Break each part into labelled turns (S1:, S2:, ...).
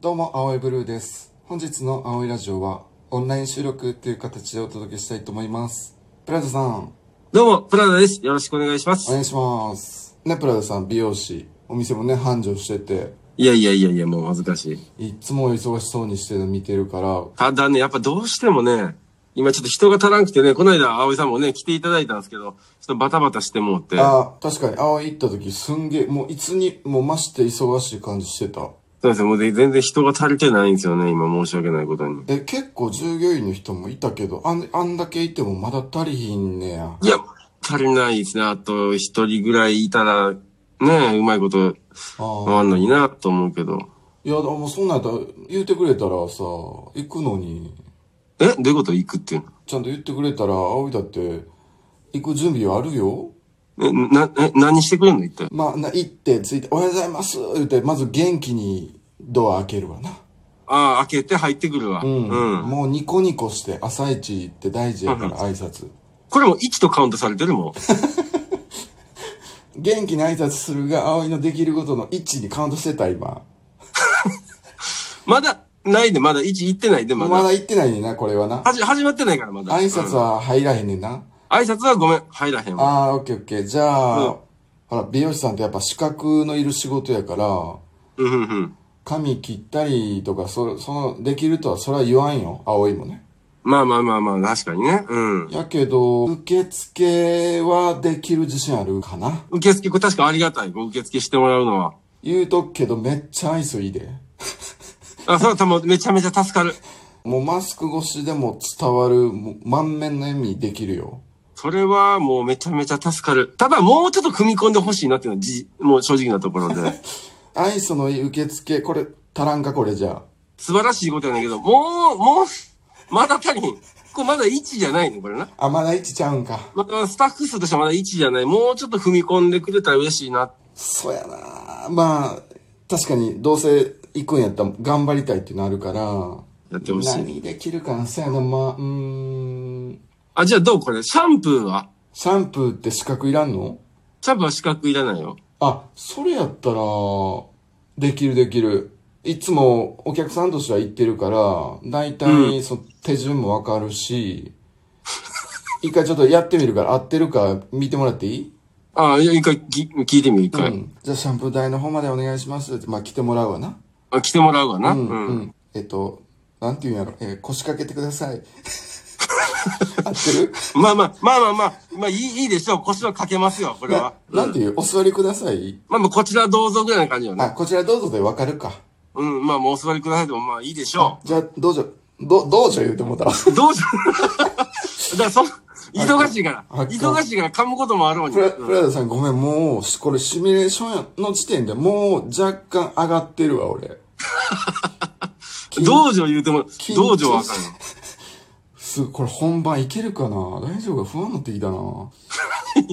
S1: どうも、青いブルーです。本日の青いラジオは、オンライン収録という形でお届けしたいと思います。プラザさん、
S2: どうも、プラダです。よろしくお願いしま
S1: お
S2: す。
S1: 願いします。ね、プラザさん、美容師、お店もね、繁盛してて、
S2: いやいやいやいや、もう恥ずかしい。
S1: いつも忙しそうにしてるの見てるから、
S2: ただね、やっぱどうしてもね、今ちょっと人が足らんくてね、この間、葵さんもね、来ていただいたんですけど、ちょっとバタバタしてもうって。す
S1: あ、確かに、青い行った時、すんげえ、もういつにも増して忙しい感じしてた。
S2: いません、もうで全然人が足りてないんですよね、今申し訳ないことに。
S1: え、結構従業員の人もいたけど、あん、あんだけいてもまだ足りひんねや。
S2: いや、足りないですね。あと一人ぐらいいたら、ね、うまいこと
S1: ああ。
S2: 回んのになと思うけど。
S1: いや、でもそんなんやったら言うてくれたらさ、行くのに、
S2: えどういうこと行くっていう
S1: ちゃんと言ってくれたら、葵だって、行く準備はあるよ。
S2: のえ、な、え、何してくれんの一体。
S1: まあ、な、行って、着いて、おはようございます言って、まず元気にドア開けるわな。
S2: ああ、開けて入ってくるわ。
S1: うん。
S2: うん。
S1: もうニコニコして、朝一って大事やから、挨拶。
S2: これも1とカウントされてるもん。
S1: 元気に挨拶するが、葵のできることの1にカウントしてた、今。
S2: まだ、ないで、まだ1行ってないで、ま
S1: ま
S2: だ。
S1: だ行ってないねんな、これはな。
S2: はじ、始まってないから、まだ。
S1: 挨拶は入らへんねんな。
S2: うん挨拶はごめん、入らへんわ。
S1: ああ、オッケーオッケー。じゃあ、
S2: うん
S1: ほら、美容師さんってやっぱ資格のいる仕事やから、
S2: うんうんうん。
S1: 髪切ったりとか、そ、その、できるとは、それは言わんよ。葵もね。
S2: まあまあまあまあ、確かにね。うん。
S1: やけど、受付はできる自信あるかな
S2: 受付、これ確かありがたい。ご受付してもらうのは。
S1: 言うとくけど、めっちゃ愛想いいで。
S2: あ、それはたま、めちゃめちゃ助かる。
S1: もうマスク越しでも伝わる、もう満面の笑みできるよ。
S2: それはもうめちゃめちゃ助かる。ただもうちょっと組み込んでほしいなっていうのは、じ、もう正直なとこ ろで。
S1: 愛想のいい受付、これ、足らんか、これじゃ
S2: 素晴らしいことやねんけど、もう、もう、まだ足りん。これまだ1じゃないね、これな。
S1: あ。あ、まだ一ちゃうんか。
S2: まあ、スタッフ数としてはまだ1じゃない。もうちょっと踏み込んでくれたら嬉しいな。
S1: そうやなまあ、確かに、どうせ行くんやったら頑張りたいってなるから、
S2: やってほしい。
S1: 何できるかな、そうやな、まあ、うーん。
S2: あ、じゃあどうこれシャンプーは
S1: シャンプーって資格いらんの
S2: シャンプーは四角いらないよ。
S1: あ、それやったら、できるできる。いつもお客さんとしては行ってるから、大
S2: う
S1: 体、その手順もわかるし、一回ちょっとやってみるから、合ってるか見てもらっていい
S2: ああ、いや一回き聞いてみる、一
S1: う
S2: 回、
S1: ん。じゃあシャンプー台の方までお願いしますって、まあ来てもらうわな。
S2: あ。来てもらうわな。
S1: う
S2: うん。
S1: ん、うん。えっと、なんて言うんやろ。えー腰掛けてくださ い。合ってる
S2: まあまあ、まあまあまあ、まあいいいいでしょう。腰はかけますよ、これ
S1: な
S2: は。う
S1: なん
S2: ん
S1: て言うお座りください
S2: まあまあ、こちらどうぞぐらいの感じよ
S1: あ、
S2: ね。
S1: こちらどうぞでわかるか。
S2: うん、まあもうお座りくださいでもまあいいでしょ
S1: じゃあ、どうぞ、ど、どうぞ言うてもうたわ。
S2: う。どうぞ。だからそ、忙しいから。
S1: あかん
S2: 忙しいから噛むこともあるのに。
S1: プ
S2: う
S1: ラ、
S2: ん
S1: プラダさんごめん、もう、これシミュレーションの時点でもう若干上がってるわ、俺。
S2: 道場言うても、
S1: 緊
S2: 道場はあかんよ。
S1: すこれ本番いけるかな大丈夫か不安になってき たな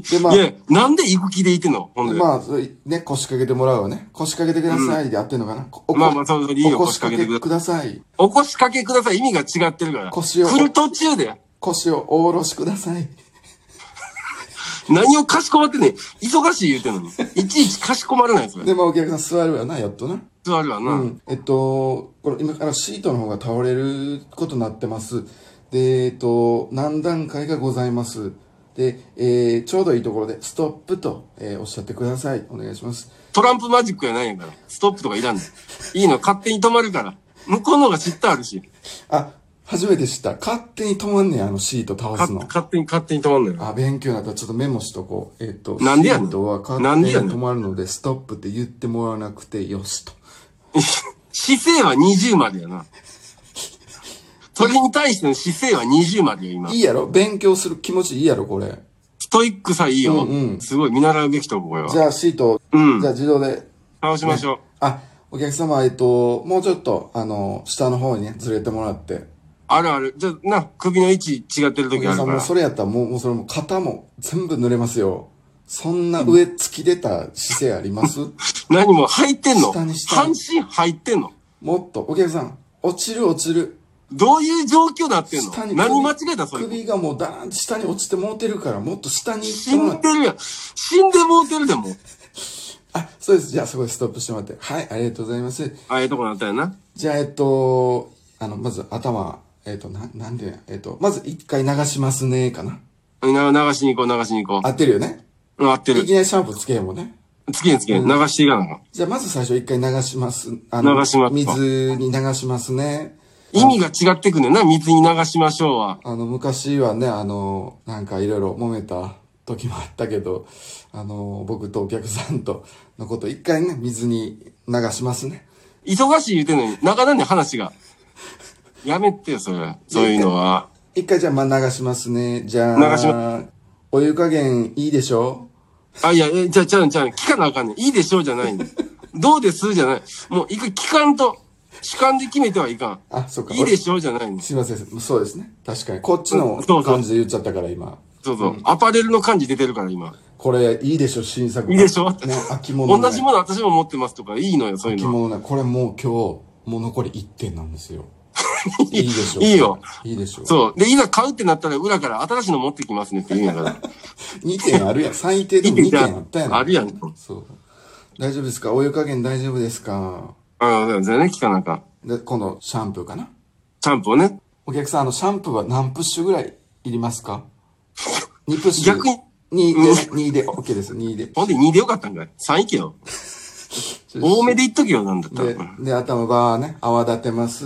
S1: で、ま
S2: いや、なんで行く気でいてんのほん
S1: あ、
S2: で。
S1: まあ、それね、腰掛けてもらうわね。腰掛けてくださいでやってんのかな、こお
S2: まあまあそうそういいよ
S1: お腰掛けてください。
S2: お腰掛けください。意味が違ってるから。
S1: 腰を
S2: 来る途中で。
S1: 腰をおろしください。
S2: 何をかしこまってんねん忙しい言うてんのに。いちいちかしこまらないそれ。
S1: で、まあお客さん座るわな、やっとな。
S2: 座るわな。
S1: うん、えっと、これ今からシートの方が倒れることになってます。で、えっと、何段階がございます。で、えーちょうどいいところで、ストップと、えーおっしゃってください。お願いします。
S2: トランプマジックやないんやから。ストップとかいらんねん。いいの、勝手に止まるから。向こうの方が知ったあるし。
S1: あ、初めて知った。勝手に止まんねや、あのシート倒
S2: か
S1: すの。
S2: 勝手に、勝手に止まんのよ。
S1: あ、勉強になった。ちょっとメモしとこう。えっと、
S2: なんでやねん
S1: シートは勝
S2: なんで
S1: 手
S2: やね
S1: に
S2: ん
S1: 止まるので、ストップって言ってもらわなくてよしと。
S2: 姿勢は20までやな。それに対しての姿勢は20までよ、今
S1: い。いやろ勉強する気持ちいいやろこれ。
S2: ストイックさいいよ。
S1: うんうん
S2: すごい、見習うべきとこ、これ
S1: じ
S2: は。
S1: ゃあシート、
S2: うん
S1: じゃあ自動で
S2: 倒しましょう。
S1: あ、お客様、えっと、もうちょっと、あの、下の方にね、ずれてもらって。
S2: あるある。じゃあ、な、首の位置違ってる
S1: お
S2: 時
S1: 客
S2: あるか
S1: さんもう
S2: ら。
S1: それやったら、もう、もうそれもう肩も全部濡れますよ。そんな上突き出た姿勢あります
S2: 何も入ってんの
S1: 下に下
S2: 半身入ってんの
S1: もっと、お客さん、落ちる落ちる。
S2: どういう状況になってんの
S1: 下に
S2: 何間違えたそれ。
S1: 首がもうだーんと下に落ちてもうてるから、もっと下に行って
S2: 死
S1: もら
S2: ん
S1: って。
S2: でるやん。死んでもうてるでもう。
S1: あ、そうです。じゃあ、そこでストップしてもらって。はい、ありがとうございます。
S2: ああいうとこなったよな。
S1: じゃあ、えっと、あの、まず頭、えっと、な、なんで、えっと、まず一回流しますね、かな。
S2: な流しに行こう、流しに行こ
S1: 合ってるよね。
S2: う。うん合って
S1: い
S2: る
S1: き。なりシャンプーつけようもんね。
S2: つけんつけん。流していかなあかん。
S1: じゃあ、まず最初一回流します。あ
S2: 流しますか
S1: 水に流しますね。
S2: 意味が違ってくんねんな。水に流しましょうは。
S1: あの、昔はね、あの、なんかいろいろ揉めた時もあったけど、あの、僕とお客さんとのこと一回ね、水に流しますね。
S2: 忙しい言うてんのに、なかなんねん話が。やめてよ、それ。そういうのは。
S1: 一回じゃあ、まあ、流しますね。じゃあ、
S2: 流し
S1: お湯加減いいでしょ
S2: あ、いや、え、じゃあ、じゃあ、じゃあ、聞かなあかんねん。いいでしょうじゃないねん。どうですじゃない。もう、一回聞かんと、主観で決めてはいか
S1: あ、そっか。
S2: ん。いいでしょうじゃないねん。
S1: すいません。そうですね。確かに。こっちの
S2: うんそうそう
S1: 感じで言っちゃったから、今。
S2: そうそう。アパレルの感じ出てるから、今。
S1: これ、いいでしょ、新作。
S2: いいでしょ
S1: もう、秋物ね。
S2: 同じもの私も持ってますとか、いいのよ、そういう
S1: 秋
S2: の。
S1: 物ね。これもう今日、もう残り1点なんです よ。いいでしょ。
S2: いいよ。
S1: いいでしょ。
S2: そう。で、今買うってなったら、裏から新しいの持ってきますねって言うんや から。
S1: 2点あるやん。最低 でも2点あったやん。
S2: あるやんと。
S1: そう。大丈夫ですかお湯加減大丈夫ですか
S2: うん、全然聞かなあかん。
S1: で、今度、シャンプーかな
S2: シャンプーね。
S1: お客さん、あの、シャンプーは何プッシュぐらいいります か ?2 プッシュ。
S2: 逆に
S1: 2で、2で、OK です。2で。
S2: ほんで2でよかったんかい ?3 いけ よ。多めで言っとけよ、なんだった
S1: で
S2: ら。、
S1: で、頭バーね、泡立てます。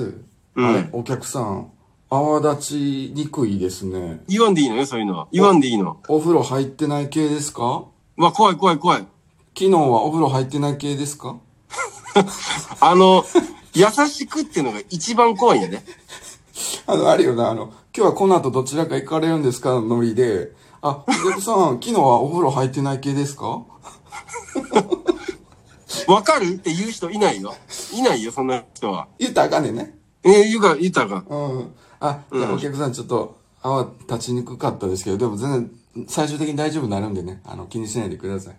S2: うん
S1: あれお客さん、泡立ちにくいですね。
S2: 言わんでいいのよ、そういうのは。言わんでいいの。
S1: お風呂入ってない系ですか
S2: うわ、怖い怖い怖い。
S1: 昨日はお風呂入ってない系ですか
S2: あ の、優しくってのが一番怖いんやね。
S1: あの、あるよな、あの、今日はこの後どちらか行かれるんですかのノリで、あ、お客さん、 昨日はお風呂入ってない系ですか
S2: わかるって言う人いないよ。いないよ、そんな人は。
S1: 言ったらあかんねんね。
S2: えー、言うか、言ったらあかん。
S1: うん。あ、じゃあお客さんちょっと泡立ちにくかったですけど、でも全然最終的に大丈夫になるんでね、あの、気にしないでください。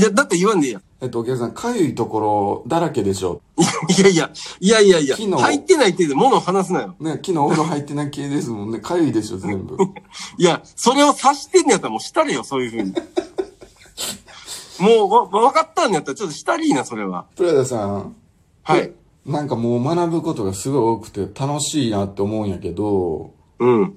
S2: いやだって言わんでいいやん。
S1: えっと、お客さん、かゆいところだらけでしょ
S2: いやいや、いやいやいや、
S1: 昨日
S2: 入ってない手で物を話すなよ。
S1: ね、昨日お風呂入ってない系ですもんね。 かゆいでしょ、全部。
S2: いや、それを察してんのやったらもうしたれよ、そういうふうに。もう、わ、わかったんやったらちょっとしたりいな、それは。
S1: プラダさん。
S2: はい。
S1: なんかもう学ぶことがすごい多くて楽しいなって思うんやけど、
S2: うん。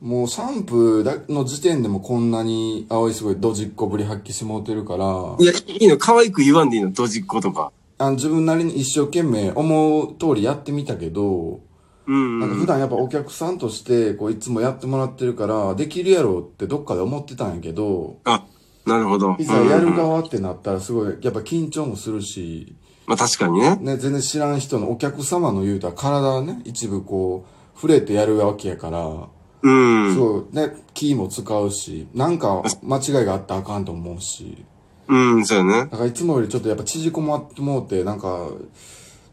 S1: もうシャンプーだの時点でもこんなに青いすごいドジっ子ぶり発揮してもうてるから、
S2: いや、いいの、可愛く言わんでいいの、ドジっ子とか。
S1: あの自分なりに一生懸命思う通りやってみたけど、
S2: うん、う
S1: なんか
S2: ん。
S1: 普段やっぱお客さんとしてこういつもやってもらってるから、できるやろうってどっかで思ってたんやけど、
S2: あ、なるほど。
S1: いざや
S2: うん
S1: る
S2: うんうん
S1: 側ってなったらすごいやっぱ緊張もするし、
S2: まあ確かにね。
S1: ね、全然知らん人のお客様の言うたら体はね、一部こう、触れてやるわけやから、
S2: うん。
S1: そう、ね、キーも使うし、なんか間違いがあったらあかんと思うし、
S2: うん、そうやね。
S1: だからいつもよりちょっとやっぱ縮こまってもうて、なんか、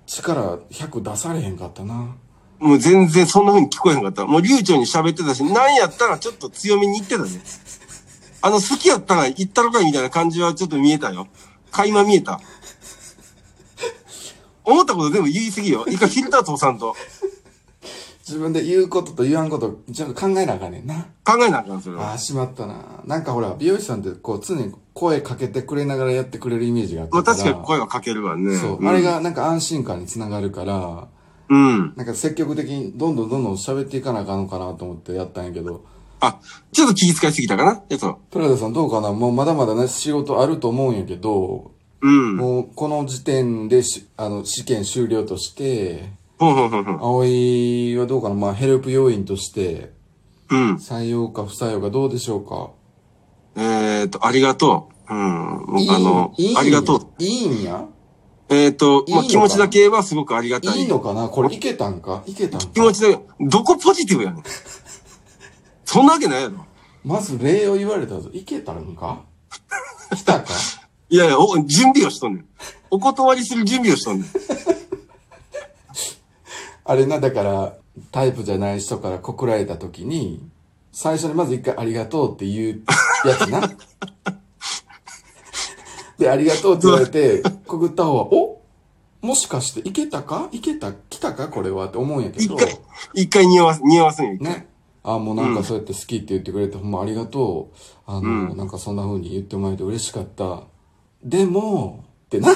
S1: 力100出されへんかったな。
S2: もう全然そんな風に聞こえへんかった。もう流暢に喋ってたし、なんやったらちょっと強めに言ってたね。あの、好きやったら言ったろかいみたいな感じはちょっと見えたよ。垣間見えた。思ったこと全部言い過ぎよ。一回フィルター通さんと。
S1: 自分で言うことと言わんこと、ちゃんと考えなあかんねんな。
S2: 考えなあかん、それ
S1: あ
S2: は。
S1: あ、しまったな。なんかほら、美容師さんってこう常に声かけてくれながらやってくれるイメージがあっ
S2: ま
S1: た
S2: あ
S1: から。
S2: 確かに声はかけるわね。
S1: そう、
S2: ん
S1: あれ。がなんか安心感につながるから、
S2: うん。
S1: なんか積極的にどんどんどんどん喋っていかなあかんのかなと思ってやったんやけど、
S2: あ、ちょっと気遣いすぎたかなやつは。
S1: プラダさんどうかなもうまだまだね、仕事あると思うんやけど、
S2: うん。
S1: もうこの時点でし、あの、試験終了として、
S2: ほんほんほんほん。
S1: 葵はどうかなまあ、ヘルプ要員として、
S2: うん。
S1: 採用か不採用かどうでしょうか
S2: えっ、と、ありがとう。うん。
S1: いい
S2: あの
S1: いいん、や
S2: ありがとう。
S1: いいんや
S2: えっ、と、ま
S1: いいの
S2: あ、
S1: か
S2: 気持ちだけはすごくありがたい。
S1: いいのかなこれいけたんかいけたん
S2: 気
S1: か
S2: 持ちだけ、どこポジティブやねん。そんなわけないやろ。
S1: まず礼を言われたぞ。いけたんか来たか
S2: いやいや、お、準備をしとんねん。お断りする準備をしとんねん。
S1: あれな、だから、タイプじゃない人から告られた時に、最初にまず一回ありがとうって言うやつな。 で、ありがとうって言われて、告った方は、おもしかしていけたかいけた来たかこれはって思うんやけ
S2: 一
S1: ど。
S2: 回、一回匂わす、匂わすんよ。
S1: ね。あもうなんかそうやって好きって言ってくれて、ほんまありがとう。あの、
S2: うん
S1: なんかそんな風に言ってもらえて嬉しかった。でも、ってな。